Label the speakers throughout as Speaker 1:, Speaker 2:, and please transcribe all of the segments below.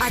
Speaker 1: A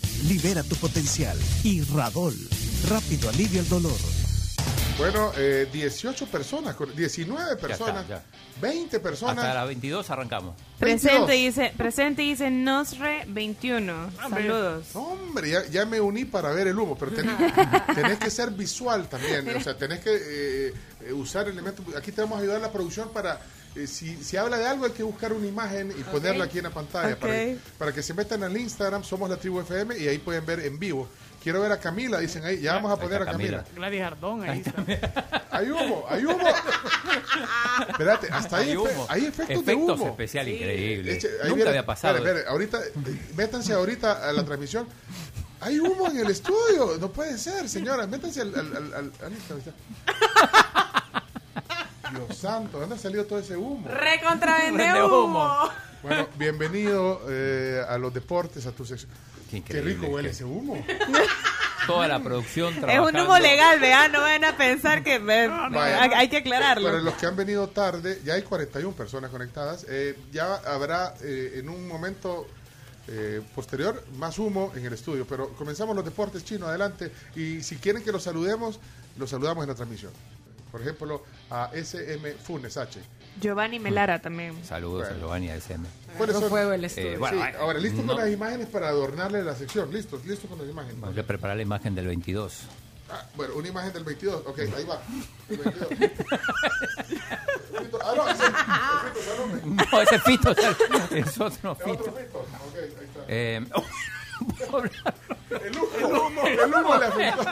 Speaker 2: Libera tu Potencial y Radol. Rápido alivia el dolor.
Speaker 3: Bueno, eh, 18 personas, 19 personas,
Speaker 4: ya.
Speaker 3: 20 personas.
Speaker 4: Hasta las 22 arrancamos.
Speaker 5: Presente
Speaker 3: 22.
Speaker 5: dice, presente dice Nosre 21.
Speaker 6: Ah,
Speaker 5: Saludos.
Speaker 3: Hombre, ya, ya me uní para ver el humo, pero tenés, tenés que ser visual también. O sea, tenés que eh, eh, usar elementos. Aquí te vamos a ayudar a la producción para. eh, si, si habla de algo, hay que buscar una imagen y ponerla aquí en la pantalla. Para, que-
Speaker 5: Ok.
Speaker 3: para que se metan al Instagram, somos la tribu FM y ahí pueden ver en vivo. Quiero ver a Camila, dicen ahí. Ya vamos a poner a
Speaker 4: está
Speaker 3: Camila.
Speaker 6: Gladys Ardón, ahí está.
Speaker 3: Hay humo, hay humo. Espérate, hasta ahí
Speaker 4: Hay
Speaker 3: efe-
Speaker 4: humo.
Speaker 3: hay efectos, de
Speaker 4: Efectos
Speaker 3: humo.
Speaker 4: especiales increíbles.
Speaker 3: Eche, ahí
Speaker 4: Nunca
Speaker 3: viene-
Speaker 4: había pasado.
Speaker 3: espere, espere, ahorita, eh, métanse ahorita a la transmisión. Hay humo en el estudio. No puede ser, señoras. Métanse al. al, al, al- al Instagram. Dios santo, ¿dónde ha salido todo ese humo?
Speaker 5: Recontravende
Speaker 4: humo.
Speaker 3: Bueno, bienvenido eh, a los deportes, a tu sección.
Speaker 4: Qué
Speaker 3: Qué
Speaker 4: increíble
Speaker 3: rico huele
Speaker 4: que-
Speaker 3: ese humo.
Speaker 4: Toda la producción
Speaker 5: Es
Speaker 4: trabajando.
Speaker 5: un humo legal, vean, no van a pensar que me-
Speaker 3: Vaya.
Speaker 5: hay, hay que
Speaker 3: Para
Speaker 5: aclararlo.
Speaker 3: los que han venido tarde, ya hay 41 personas conectadas. Eh, ya habrá eh, en un momento eh, posterior más humo en el estudio. Pero comenzamos los deportes chinos, adelante. Y si quieren que los saludemos, los saludamos en la transmisión. Por ejemplo, a SM Funes H.
Speaker 5: Giovanni Melara también.
Speaker 4: Saludos a
Speaker 3: Bueno.
Speaker 4: Giovanni y a SM.
Speaker 3: ¿Cuáles son?
Speaker 4: Eh,
Speaker 3: Sí,
Speaker 4: bueno, eh,
Speaker 3: ahora, listos
Speaker 4: no-
Speaker 3: con las imágenes para adornarle la sección. Listos, listos con las imágenes.
Speaker 4: Vamos a preparar la imagen del 22.
Speaker 3: Ah, bueno, una imagen del 22. Ok, ahí va. El 22. Fito- ah, no, ese- el Fito Salome.
Speaker 4: No, ese fito es- es otro
Speaker 3: Es otro
Speaker 4: fito.
Speaker 3: Fito. Ok, ahí está.
Speaker 4: Eh, pobre,
Speaker 3: El humo, el humo, el humo le afectó.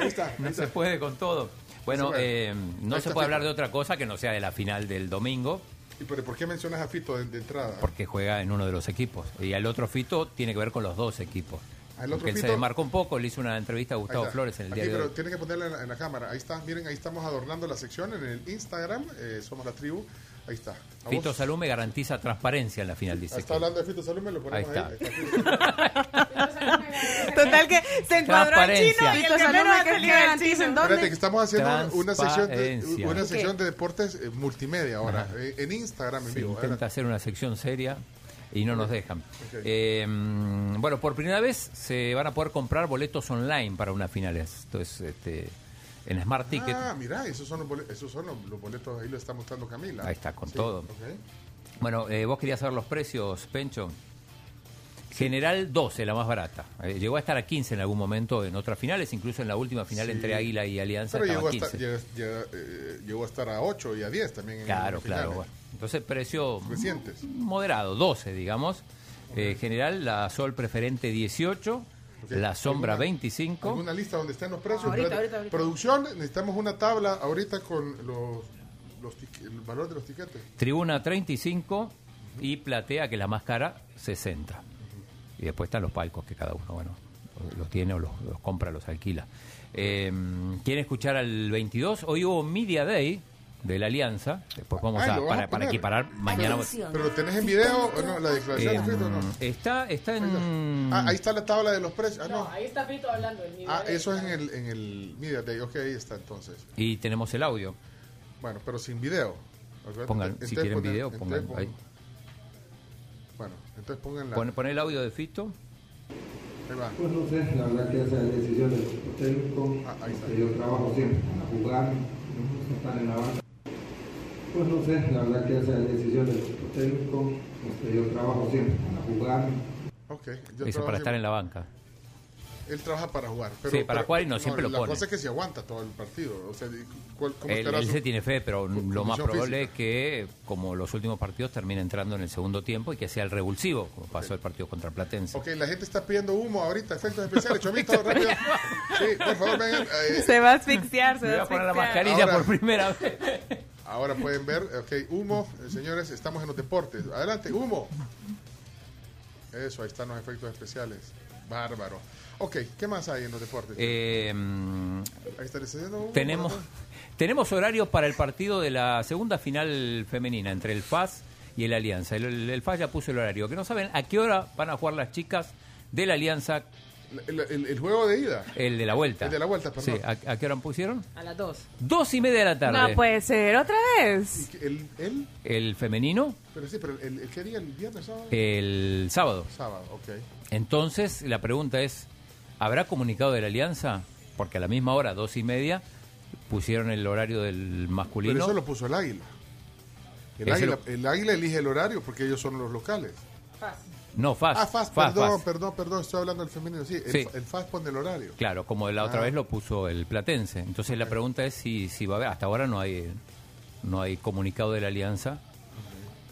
Speaker 3: Ahí está.
Speaker 4: no se puede con todo. Bueno,
Speaker 3: se puede.
Speaker 4: eh,
Speaker 3: Ahí
Speaker 4: no
Speaker 3: está
Speaker 4: se puede hablar
Speaker 3: Fito.
Speaker 4: de otra cosa que no sea de la final del domingo,
Speaker 3: ¿Y pero por qué mencionas a Fito de, de entrada?
Speaker 4: porque juega en uno de los equipos. Y al otro fito tiene que ver con los dos equipos.
Speaker 3: Al otro
Speaker 4: Porque él se
Speaker 3: Fito-
Speaker 4: desmarcó un poco, le hizo una entrevista a
Speaker 3: Ahí
Speaker 4: Gustavo
Speaker 3: está.
Speaker 4: Flores en el
Speaker 3: Aquí,
Speaker 4: día de
Speaker 3: pero
Speaker 4: hoy.
Speaker 3: tiene que ponerla en la, en la cámara. Ahí está, miren, ahí estamos adornando la sección en el Instagram. eh, somos la tribu. Ahí está. A
Speaker 4: Fito
Speaker 3: vos. Ah,
Speaker 4: Salume garantiza transparencia en la final, dice.
Speaker 3: Está
Speaker 4: que-
Speaker 3: hablando de Fito Salume, lo ponemos ahí.
Speaker 4: Ahí está.
Speaker 3: Ahí está Fito.
Speaker 5: Total que se encuadró al chino
Speaker 4: Transparencia.
Speaker 5: y el
Speaker 6: Fito
Speaker 5: que menos
Speaker 6: Salome,
Speaker 5: ha
Speaker 6: que
Speaker 5: salido
Speaker 6: es
Speaker 5: al chino.
Speaker 6: garantizan dos-
Speaker 3: Espérate, que estamos haciendo una sección de,
Speaker 4: Transparencia.
Speaker 3: una sección de deportes eh, multimedia ahora, eh, en Instagram en
Speaker 4: Se
Speaker 3: vivo.
Speaker 4: intenta
Speaker 3: ¿verdad?
Speaker 4: hacer una sección seria y no nos dejan.
Speaker 3: Ok.
Speaker 4: Eh, mm, bueno, por primera vez se van a poder comprar boletos online para una final. Entonces, este, en Smart Ticket.
Speaker 3: Ah, mirá, esos son, los boletos, esos son los, los boletos, ahí lo está mostrando Camila.
Speaker 4: Ahí está, con
Speaker 3: Sí,
Speaker 4: todo.
Speaker 3: ok.
Speaker 4: Bueno, eh, vos querías saber los precios, Pencho. General 12, la más barata. Eh, llegó a estar a 15 en algún momento en otras finales, incluso en la última final
Speaker 3: Sí.
Speaker 4: entre Águila y Alianza
Speaker 3: Pero llegó
Speaker 4: estaba
Speaker 3: a,
Speaker 4: 15.
Speaker 3: estar, llega- llega, eh, llegó a estar a 8 y a 10 también. en
Speaker 4: Claro,
Speaker 3: finales.
Speaker 4: claro. bueno. Entonces, precio
Speaker 3: Recientes.
Speaker 4: moderado, 12, digamos. Eh, general, la Sol preferente 18,
Speaker 3: Ok.
Speaker 4: la Sombra
Speaker 3: ¿Alguna-
Speaker 4: 25.
Speaker 3: ¿Alguna lista donde están los precios?
Speaker 6: Ah,
Speaker 3: Espérate. Producción, necesitamos una tabla ahorita con los, los tic- el valor de los tiquetes.
Speaker 4: Tribuna 35 y platea, que es la más cara, 60. Y después están los palcos que cada uno, bueno, los tiene o los, los compra, los alquila. Eh, ¿Quieren escuchar al 22? Hoy hubo Media Day de la Alianza. Después vamos
Speaker 3: Ah,
Speaker 4: a,
Speaker 3: lo vas a
Speaker 4: para, para
Speaker 3: poner.
Speaker 4: equiparar mañana.
Speaker 3: ¿Pero lo tenés en video o no? ¿La declaración
Speaker 4: Eh,
Speaker 3: de Fito o no?
Speaker 4: está, está en...
Speaker 3: Ah, ahí está la tabla de los precios. Ah, no.
Speaker 6: ahí está Pito hablando. El nivel
Speaker 3: Ah,
Speaker 6: de-
Speaker 3: eso es en el, en el Media Day. Ok, ahí está entonces.
Speaker 4: Y tenemos el audio.
Speaker 3: Bueno, pero sin video. Acuérdate,
Speaker 4: Pongan,
Speaker 3: entonces
Speaker 4: si quieren
Speaker 3: ponen-
Speaker 4: video,
Speaker 3: entonces
Speaker 4: pongan
Speaker 3: pon-
Speaker 4: ahí.
Speaker 3: Bueno, entonces pongan la...
Speaker 4: Pon, pon el audio de Fito.
Speaker 3: Ahí va.
Speaker 7: Pues no sé, la verdad que esa es decisión del técnico,
Speaker 3: Ah, ahí está.
Speaker 7: que yo trabajo siempre, a jugar, no estar en la banca. Pues no sé, la verdad que esa es decisión del técnico, que yo trabajo siempre, a jugar,
Speaker 3: Ok. yo
Speaker 4: Dice
Speaker 3: trabajo
Speaker 4: para estar
Speaker 3: siempre-
Speaker 4: en la banca.
Speaker 3: Él trabaja para jugar. Pero,
Speaker 4: Sí, para
Speaker 3: pero-
Speaker 4: jugar y no siempre lo
Speaker 3: la
Speaker 4: pone.
Speaker 3: cosa es que se aguanta todo el partido. O sea, di- ¿cuál- ¿cómo
Speaker 4: Él,
Speaker 3: estará
Speaker 4: él
Speaker 3: su-
Speaker 4: se tiene fe, pero
Speaker 3: su
Speaker 4: lo más
Speaker 3: condición
Speaker 4: probable
Speaker 3: física?
Speaker 4: es que, como los últimos partidos, termine entrando en el segundo tiempo y que sea el revulsivo, como pasó el partido contra Platense.
Speaker 3: Ok, la gente está pidiendo humo ahorita, efectos especiales. Chomito, rápido. Sí, por favor, vengan. Eh,
Speaker 5: Se va a asfixiar, se
Speaker 4: Me voy
Speaker 5: va a
Speaker 4: a poner la
Speaker 5: asfixiar.
Speaker 4: mascarilla
Speaker 3: Ahora-
Speaker 4: por primera vez.
Speaker 3: ahora pueden ver. Ok, humo. eh, señores, estamos en los deportes. Adelante, humo. Eso, ahí están los efectos especiales. Bárbaro. Ok, ¿qué más hay en los deportes?
Speaker 4: Eh, mm,
Speaker 3: Ahí está, ¿le está haciendo un
Speaker 4: tenemos, tenemos horarios para el partido de la segunda final femenina entre el FAS y el Alianza. El, el, el FAS ya puso el horario. Que no saben a qué hora van a jugar las chicas de la Alianza,
Speaker 3: El, el- el juego de ida.
Speaker 4: el de la vuelta.
Speaker 3: El de la vuelta,
Speaker 4: Sí,
Speaker 3: perdón.
Speaker 4: ¿a, a qué hora pusieron?
Speaker 6: A las dos.
Speaker 4: Dos pues. y media de la tarde.
Speaker 5: No puede ser, otra vez.
Speaker 3: El, el-
Speaker 4: El femenino,
Speaker 3: pero sí, pero el, el- ¿qué día? ¿El viernes, sábado?
Speaker 4: Eh, el sábado.
Speaker 3: Sábado, ok.
Speaker 4: Entonces, la pregunta es, ¿habrá comunicado de la alianza? Porque a la misma hora, dos y media, pusieron el horario del masculino.
Speaker 3: Pero eso lo puso el águila. El,
Speaker 4: Ese
Speaker 3: águila,
Speaker 4: lo-
Speaker 3: el águila elige el horario porque ellos son los locales.
Speaker 4: No, FAS.
Speaker 3: ah, FAS,
Speaker 4: FAS,
Speaker 3: perdón,
Speaker 4: FAS.
Speaker 3: perdón, perdón, estoy hablando del femenino. Sí, el,
Speaker 4: Sí.
Speaker 3: el FAS pone el horario.
Speaker 4: Claro, como la otra
Speaker 3: Ah.
Speaker 4: vez lo puso el Platense. Entonces la pregunta es si, si va a haber, hasta ahora no hay, no hay comunicado de la alianza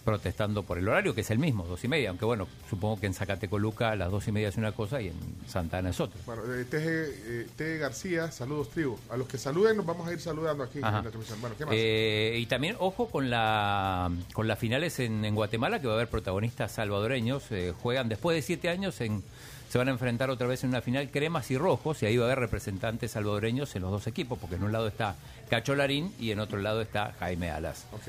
Speaker 4: protestando por el horario, que es el mismo, dos y media. Aunque bueno, supongo que en Zacatecoluca a las dos y media es una cosa y en Santa Ana es otra.
Speaker 3: Bueno, eh, Teje, eh, Teje García, saludos, tribu. A los que saluden, nos vamos a ir saludando aquí
Speaker 4: Ajá.
Speaker 3: en la transmisión. Bueno, ¿qué más?
Speaker 4: Eh, y también, ojo con, la, con las finales en, en Guatemala, que va a haber protagonistas salvadoreños. eh, juegan después de siete años, en, se van a enfrentar otra vez en una final cremas y rojos, y ahí va a haber representantes salvadoreños en los dos equipos, porque en un lado está Cacholarín y en otro lado está Jaime Alas.
Speaker 3: Ok.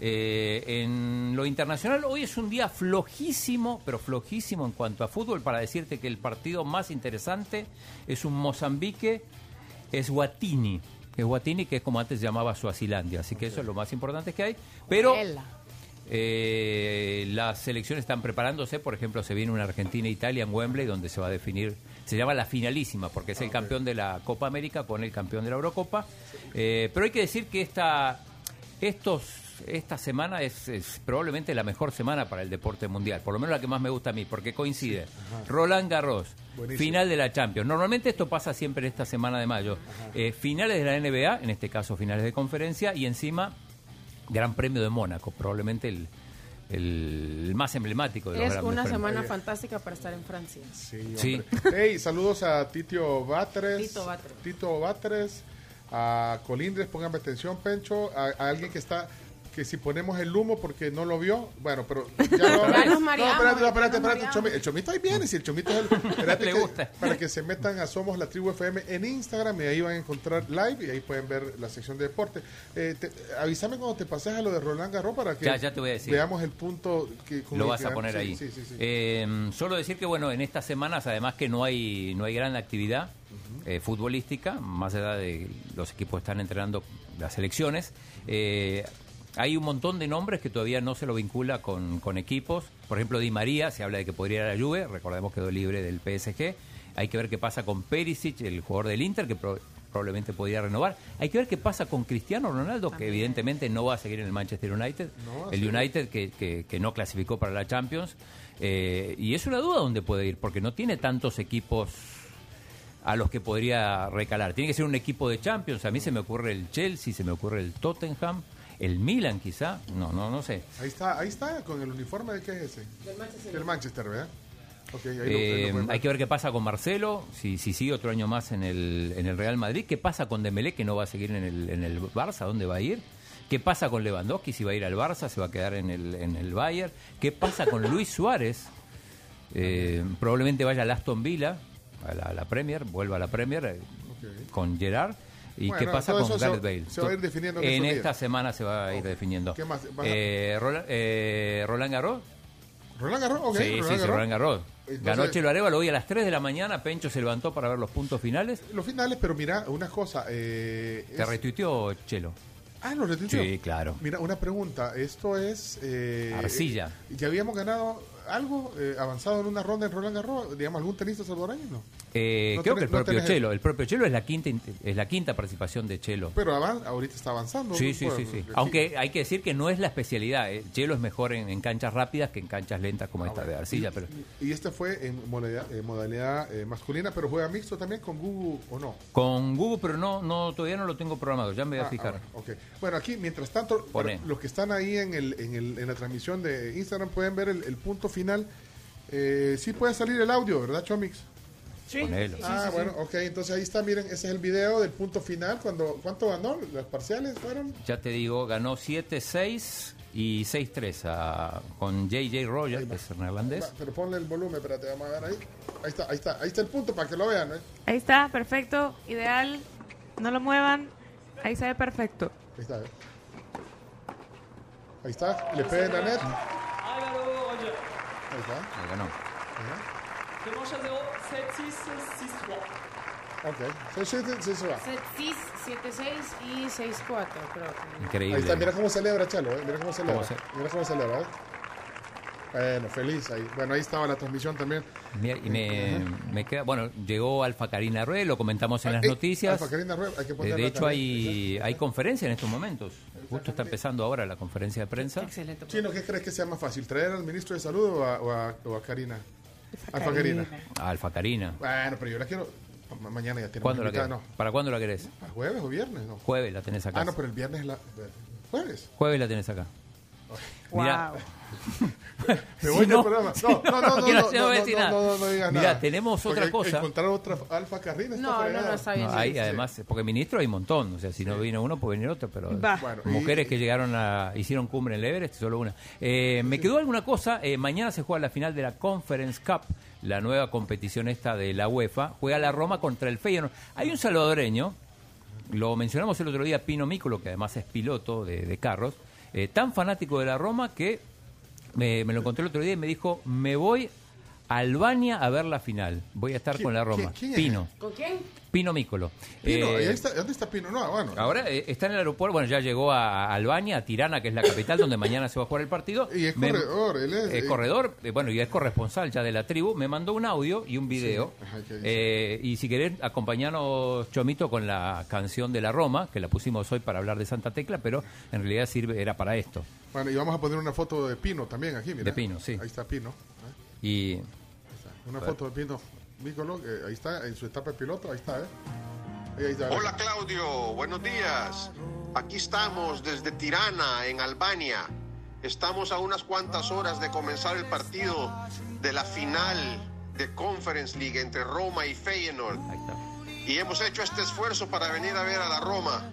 Speaker 4: Eh, en lo internacional, hoy es un día flojísimo, pero flojísimo en cuanto a fútbol, para decirte que el partido más interesante es un Mozambique, es Guatini. Es Guatini, que es como antes se llamaba Suazilandia. Así que eso es lo más importante que hay. Pero
Speaker 6: Ela.
Speaker 4: eh, las selecciones están preparándose. Por ejemplo, se viene una Argentina-Italia en Wembley, donde se va a definir. Se llama la finalísima, porque es el campeón de la Copa América con el campeón de la Eurocopa. Eh, pero hay que decir que esta, estos. Esta semana es, es probablemente la mejor semana para el deporte mundial, por lo menos la que más me gusta a mí, porque coincide. Roland Garros,
Speaker 3: Buenísimo.
Speaker 4: final de la Champions. Normalmente esto pasa siempre en esta semana de mayo. Eh, finales de la NBA, en este caso finales de conferencia, y encima Gran Premio de Mónaco, probablemente el, el más emblemático de los
Speaker 6: Es
Speaker 4: grandes
Speaker 6: una
Speaker 4: premios.
Speaker 6: semana fantástica para estar en Francia.
Speaker 3: Sí,
Speaker 4: Sí.
Speaker 3: hombre. Hey, saludos a Titio Batres.
Speaker 6: Tito Batres.
Speaker 3: Tito Batres, a Colindres, pónganme atención, Pencho, a, a alguien que está que si ponemos el humo porque no lo vio, bueno, pero ya lo-
Speaker 6: Ya nos
Speaker 3: No,
Speaker 6: mareamos,
Speaker 3: espérate, no,
Speaker 6: ya
Speaker 3: espérate,
Speaker 6: nos
Speaker 3: espérate, el chomito, el chomito ahí viene, si el chomito es el, espérate
Speaker 4: Le
Speaker 3: que-
Speaker 4: gusta.
Speaker 3: para que se metan a Somos la Tribu FM en Instagram y ahí van a encontrar live y ahí pueden ver la sección de deporte. Eh, te- avísame cuando te pases a lo de Roland Garros para que
Speaker 4: Ya, ya te voy a decir.
Speaker 3: veamos el punto que con
Speaker 4: Lo
Speaker 3: el
Speaker 4: vas
Speaker 3: que-
Speaker 4: a poner
Speaker 3: sí,
Speaker 4: ahí.
Speaker 3: sí, sí, sí.
Speaker 4: Eh, solo decir que bueno, en estas semanas además que no hay no hay gran actividad eh, futbolística, más allá de los equipos están entrenando las selecciones. eh, hay un montón de nombres que todavía no se lo vincula con, con equipos. Por ejemplo, Di María, se habla de que podría ir a la Juve, recordemos quedó libre del PSG. Hay que ver qué pasa con Perisic, el jugador del Inter, que pro- probablemente podría renovar. Hay que ver qué pasa con Cristiano Ronaldo, que evidentemente no va a seguir en el Manchester United.
Speaker 3: No,
Speaker 4: el United que, que- que no clasificó para la Champions. Eh, y es una duda dónde puede ir, porque no tiene tantos equipos a los que podría recalar. Tiene que ser un equipo de Champions. A mí se me ocurre el Chelsea, se me ocurre el Tottenham, el Milan quizá. No, no, no sé.
Speaker 3: Ahí está, ahí está, con el uniforme de qué es ese? Del Manchester. ¿verdad? Ok, ahí lo- ahí
Speaker 4: Eh,
Speaker 3: lo pueden
Speaker 4: hay
Speaker 3: ver.
Speaker 4: que ver qué pasa con Marcelo, si, si sigue otro año más en el, en el Real Madrid, qué pasa con Dembélé, que no va a seguir en el, en el Barça, ¿dónde va a ir? ¿Qué pasa con Lewandowski, si va a ir al Barça, se va a quedar en el, en el Bayern? ¿Qué pasa con Luis Suárez? Eh, probablemente vaya al Aston Villa, a la, a la Premier, vuelva a la Premier eh,
Speaker 3: Ok.
Speaker 4: con Gerard. ¿Y
Speaker 3: Bueno,
Speaker 4: qué pasa
Speaker 3: todo
Speaker 4: con
Speaker 3: eso se va-
Speaker 4: Gareth Bale?
Speaker 3: se va a ir definiendo en
Speaker 4: En
Speaker 3: estos días.
Speaker 4: esta semana se va a ir
Speaker 3: Ok.
Speaker 4: definiendo.
Speaker 3: ¿Qué más? Vas a-
Speaker 4: Eh, Roland, eh, Roland Garros,
Speaker 3: Roland Garros, ok.
Speaker 4: Sí, sí, sí, Roland Garros.
Speaker 3: Entonces-
Speaker 4: Ganó Chelo Arevalo hoy a las 3 de la mañana. Pencho se levantó para ver los puntos finales.
Speaker 3: Los finales, pero mira, una cosa. Eh,
Speaker 4: ¿Te
Speaker 3: es-
Speaker 4: retuiteó Chelo?
Speaker 3: Ah, lo retuiteó.
Speaker 4: Sí, claro.
Speaker 3: Mira, una pregunta. Esto es. Eh,
Speaker 4: Arcilla.
Speaker 3: eh, ¿Ya habíamos ganado algo eh, avanzado en una ronda en Roland Garros? Digamos, algún tenista salvadoreño, ¿no?
Speaker 4: Eh,
Speaker 3: No
Speaker 4: creo
Speaker 3: tenés-
Speaker 4: que el
Speaker 3: no
Speaker 4: propio
Speaker 3: tenés-
Speaker 4: Chelo. El propio Chelo es la quinta, int- es la quinta participación de Chelo.
Speaker 3: Pero avan- ahorita está avanzando.
Speaker 4: Sí,
Speaker 3: ¿no? Pues, eh,
Speaker 4: sí,
Speaker 3: Bueno,
Speaker 4: sí, sí.
Speaker 3: aquí-
Speaker 4: Aunque hay que decir que no es la especialidad. eh. Chelo es mejor en, en canchas rápidas que en canchas lentas
Speaker 3: Ah,
Speaker 4: como esta de Arcilla. Pero
Speaker 3: Y este fue en modalidad, en modalidad eh, masculina, pero juega mixto también con Gugu o no.
Speaker 4: con Google, pero no, no, todavía no lo tengo programado. Ya me voy
Speaker 3: Ah,
Speaker 4: a
Speaker 3: ah,
Speaker 4: fijar.
Speaker 3: bueno, ok. Bueno, aquí, mientras tanto, para
Speaker 4: Pone.
Speaker 3: los que están ahí en, el, en, el- en la transmisión de Instagram pueden ver el, el punto final. Eh, sí puede salir el audio, ¿verdad, Chomix?
Speaker 4: Ponelo.
Speaker 3: ah, bueno, ok. Entonces ahí está, miren, ese es el video del punto final. cuando ¿Cuánto ganó? ¿Las parciales fueron?
Speaker 4: Ya te digo, ganó 7-6, Y 6-3 a- con JJ Rogers, que es
Speaker 3: Va,
Speaker 4: neerlandés.
Speaker 3: Pero ponle el volumen, espérate, vamos a ver ahí. Ahí está, ahí está, ahí está el punto para que lo vean. ¿eh?
Speaker 5: Ahí está, perfecto, ideal. No lo muevan. Ahí se ve perfecto.
Speaker 3: Ahí está. ¿eh? Ahí está, le peguen la net. Ahí está,
Speaker 4: Le ganó.
Speaker 3: ok. Sí, sí, sí, sí, sí, va.
Speaker 6: 7-6 y 6-4, creo. que.
Speaker 4: Increíble.
Speaker 3: Ahí está, mira cómo celebra Chalo, ¿eh? mira cómo celebra.
Speaker 4: ¿Cómo se-
Speaker 3: Mira cómo celebra, ¿eh? Bueno, feliz ahí. Bueno, ahí estaba la transmisión también.
Speaker 4: Mira, y me, me queda, bueno, llegó Alfa Karina Rueda, lo comentamos en las
Speaker 3: Eh,
Speaker 4: noticias.
Speaker 3: Alfa Karina Rueda, hay que
Speaker 4: Eh,
Speaker 3: ponerla
Speaker 4: de hecho,
Speaker 3: también.
Speaker 4: hay, hay conferencia en estos momentos. Justo está empezando ahora la conferencia de prensa.
Speaker 6: Excelente.
Speaker 3: Chino, ¿qué crees que sea más fácil? ¿Traer al ministro de Salud o a, o a- o a Karina? Alfa Karina.
Speaker 4: Alfa Karina.
Speaker 3: Bueno, pero yo la quiero. ma- Mañana ya tenemos
Speaker 4: ¿Cuándo la
Speaker 3: invitada,
Speaker 4: querés?
Speaker 3: no.
Speaker 4: ¿Para cuándo la querés?
Speaker 3: ¿A ¿Jueves o viernes? No.
Speaker 4: Jueves la tenés acá.
Speaker 3: Ah, no, pero el viernes es la. ¿Jueves?
Speaker 4: Jueves la tenés acá. Mirá,
Speaker 6: Wow.
Speaker 3: Me
Speaker 4: Si
Speaker 3: voy del
Speaker 4: no-
Speaker 3: programa.
Speaker 4: si
Speaker 3: No, no,
Speaker 4: no,
Speaker 3: no,
Speaker 4: no
Speaker 3: no, no,
Speaker 4: quiero-
Speaker 3: no,
Speaker 4: no
Speaker 3: no,
Speaker 4: voy a decir
Speaker 3: no,
Speaker 4: nada.
Speaker 3: no, no digas
Speaker 4: Mirá,
Speaker 3: nada.
Speaker 4: tenemos otra
Speaker 3: Porque
Speaker 4: cosa.
Speaker 3: Encontrar otra Alfa Karina. está
Speaker 6: No, no,
Speaker 3: fregada.
Speaker 6: no está bien.
Speaker 4: ahí
Speaker 3: sí.
Speaker 4: además, porque ministro hay un montón, o sea, si no vino uno puede venir otro, pero
Speaker 5: Va.
Speaker 3: Bueno, y-
Speaker 4: mujeres que llegaron a hicieron cumbre en el Everest, solo una. Eh, me quedó alguna cosa, eh, mañana se juega la final de la Conference Cup, la nueva competición esta de la UEFA, juega la Roma contra el Feyenoord. Hay un salvadoreño, lo mencionamos el otro día, Pino Mícolo, que además es piloto de, de carros, eh, tan fanático de la Roma que me, me lo encontré el otro día y me dijo, me voy a Albania a ver la final, voy a estar
Speaker 3: ¿Qui-
Speaker 4: con la
Speaker 3: qui-
Speaker 4: Roma.
Speaker 3: quién es?
Speaker 4: Pino.
Speaker 6: ¿Con quién?
Speaker 4: Pino Mícolo.
Speaker 3: Pino,
Speaker 4: Eh,
Speaker 3: ahí está, ¿dónde está Pino? No, bueno.
Speaker 4: Ahora eh, está en el aeropuerto, bueno, ya llegó a Albania, a Tirana, que es la capital donde mañana se va a jugar el partido.
Speaker 3: Y es
Speaker 4: Me-
Speaker 3: corredor, él es-
Speaker 4: Es corredor, eh, bueno, y es corresponsal ya de la tribu. Me mandó un audio y un video.
Speaker 3: Ajá, ¿qué dice?
Speaker 4: Eh, y si querés, acompañarnos, Chomito, con la canción de la Roma, que la pusimos hoy para hablar de Santa Tecla, pero en realidad sirve era para esto.
Speaker 3: Bueno, y vamos a poner una foto de Pino también aquí, mira.
Speaker 4: De Pino, sí.
Speaker 3: Ahí está Pino. ¿eh?
Speaker 4: Y
Speaker 3: Ahí está. Una foto de Pino Mícolo, que ahí está, en su etapa de piloto, ahí está, ¿eh? Ahí, ahí está.
Speaker 8: Hola Claudio, buenos días. Aquí estamos desde Tirana, en Albania. Estamos a unas cuantas horas de comenzar el partido de la final de Conference League entre Roma y Feyenoord.
Speaker 4: ahí está.
Speaker 8: Y hemos hecho este esfuerzo para venir a ver a la Roma.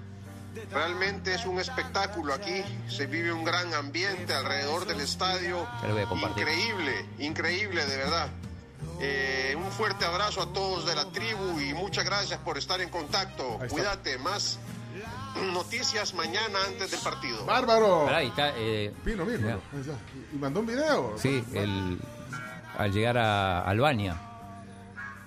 Speaker 8: Realmente es un espectáculo aquí, se vive un gran ambiente alrededor del estadio.
Speaker 4: Te lo voy a compartir.
Speaker 8: Increíble, increíble de verdad. Eh, un fuerte abrazo a todos de la tribu y muchas gracias por estar en contacto.
Speaker 3: Ahí está.
Speaker 8: Cuídate, más noticias mañana antes del partido.
Speaker 3: ¡Bárbaro!
Speaker 4: Pará, ahí está. eh,
Speaker 3: Pino Mícolo.
Speaker 4: mirá.
Speaker 3: Ahí está. Y- Y mandó un video.
Speaker 4: Sí, eh. el- al llegar a Albania.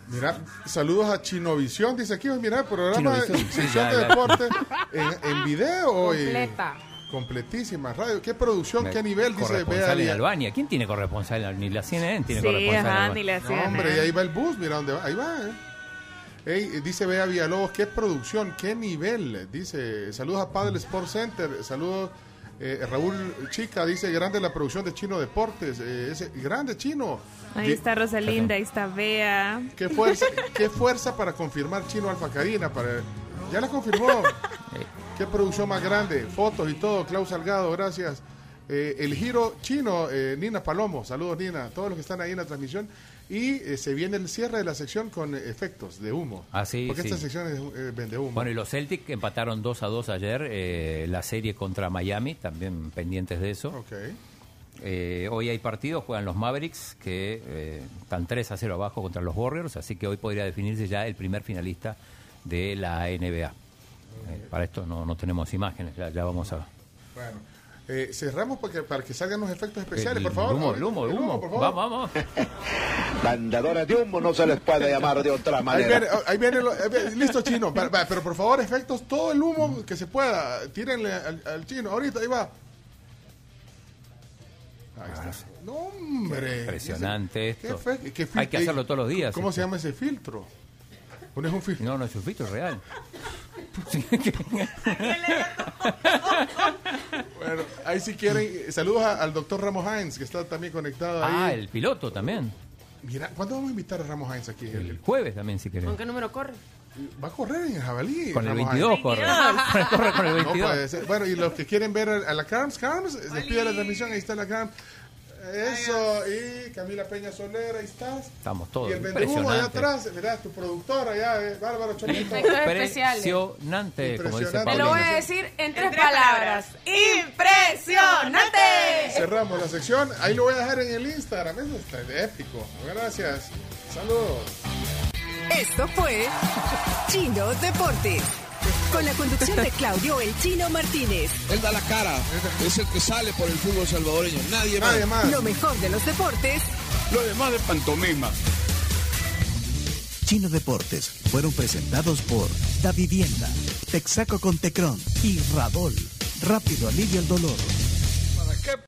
Speaker 3: Mira, saludos a Chinovisión, dice aquí, mira, programa de
Speaker 4: Chinovisión, sí,
Speaker 3: sección
Speaker 4: ya,
Speaker 3: de
Speaker 4: ya.
Speaker 3: deporte en, en video hoy.
Speaker 6: Completa.
Speaker 3: Completísima radio. ¿Qué producción, qué nivel? Dice
Speaker 4: corresponsal en
Speaker 3: Bea Díaz.
Speaker 4: Albania. ¿Quién tiene corresponsal? en Albania? Ni la CNN tiene
Speaker 5: Sí,
Speaker 4: corresponsal. en
Speaker 5: ajá,
Speaker 4: Albania.
Speaker 5: ni le hacían.
Speaker 3: No, hombre, y
Speaker 5: nada.
Speaker 3: ahí va el bus, mira dónde va. Ahí va, eh. Ey, eh, dice Bea Villalobos, qué producción, qué nivel. Dice, saludos a Padel Sport Center, saludos. eh, Raúl Chica dice, grande la producción de Chino Deportes. eh, ese, grande Chino.
Speaker 5: Ahí
Speaker 3: Ye-
Speaker 5: está Rosalinda, ahí está Bea.
Speaker 3: Qué fuerza, qué fuerza para confirmar Chino Alfa Karina. Para, ya la confirmó. Qué producción más grande. Fotos y todo. Klaus Salgado, gracias. Eh, el giro chino, eh, Nina Palomo. Saludos, Nina. Todos los que están ahí en la transmisión. Y eh, se viene el cierre de la sección con eh, efectos de humo.
Speaker 4: Ah, sí,
Speaker 3: Porque
Speaker 4: sí.
Speaker 3: esta sección es eh, vende humo.
Speaker 4: Bueno, y los Celtic empataron 2 a 2 ayer eh, la serie contra Miami, también pendientes de eso.
Speaker 3: Ok.
Speaker 4: Eh, hoy hay partidos, juegan los Mavericks, que eh, están 3 a 0 abajo contra los Warriors, así que hoy podría definirse ya el primer finalista de la NBA. Eh, para esto no, no tenemos imágenes, ya, ya vamos a...
Speaker 3: Bueno. Eh, cerramos porque, para que salgan los efectos especiales,
Speaker 4: el
Speaker 3: por favor.
Speaker 4: Humo, el humo, el humo.
Speaker 3: por favor.
Speaker 4: Vamos, vamos.
Speaker 9: Bandadora de humo no se les puede llamar de otra
Speaker 3: Ahí viene,
Speaker 9: manera.
Speaker 3: ahí viene lo- ahí viene- listo chino, pero, pero por favor efectos, todo el humo que se pueda, tírenle al, al chino, ahorita ahí va. Ahí está. No, hombre.
Speaker 4: Impresionante
Speaker 3: Qué
Speaker 4: esto.
Speaker 3: fe- qué fil-
Speaker 4: Hay que hacerlo todos los días.
Speaker 3: ¿Cómo
Speaker 4: esto.
Speaker 3: se llama ese filtro? ¿Uno es un filtro?
Speaker 4: No, no es un filtro, es real.
Speaker 3: Bueno, ahí si quieren, eh, saludos a- al doctor Ramos Hines, que está también conectado ahí.
Speaker 4: Ah, el piloto también.
Speaker 3: Mira, ¿cuándo vamos a invitar a Ramos Hines aquí?
Speaker 4: El jueves también, si querés.
Speaker 6: ¿Con qué número corre?
Speaker 3: Va a correr en el jabalí.
Speaker 4: Con el
Speaker 3: Ramos Hines.
Speaker 4: 22 corre. corre con el
Speaker 3: No pues, eh,
Speaker 4: 22.
Speaker 3: puede ser. Bueno, y los que quieren ver a, a la Carms, Carms, despide la transmisión, ahí está la Carms. Eso, y Camila Peña Soler, ahí estás.
Speaker 4: Estamos todos.
Speaker 3: Y el vendehumo allá
Speaker 4: Impresionante.
Speaker 3: atrás, mirá, tu productor allá, eh, Bárbara Chorito.
Speaker 6: especiales.
Speaker 4: Impresionante, como dice
Speaker 3: Impresionante.
Speaker 6: Te lo voy
Speaker 4: Paulina.
Speaker 6: a decir en tres palabras. ¡Impresionante!
Speaker 3: Cerramos la sección, ahí lo voy a dejar en el Instagram, eso está épico. Gracias, saludos.
Speaker 1: Esto fue Chino Deportes. Con la conducción de Claudio El Chino Martínez.
Speaker 10: Él da la cara, es el que sale por el fútbol salvadoreño, nadie,
Speaker 3: Nadie más.
Speaker 1: Lo mejor de los deportes
Speaker 10: Lo demás de pantomima.
Speaker 2: Chino Deportes fueron presentados por Da Vivienda, Texaco Contecron y Radol. Rápido alivio al dolor.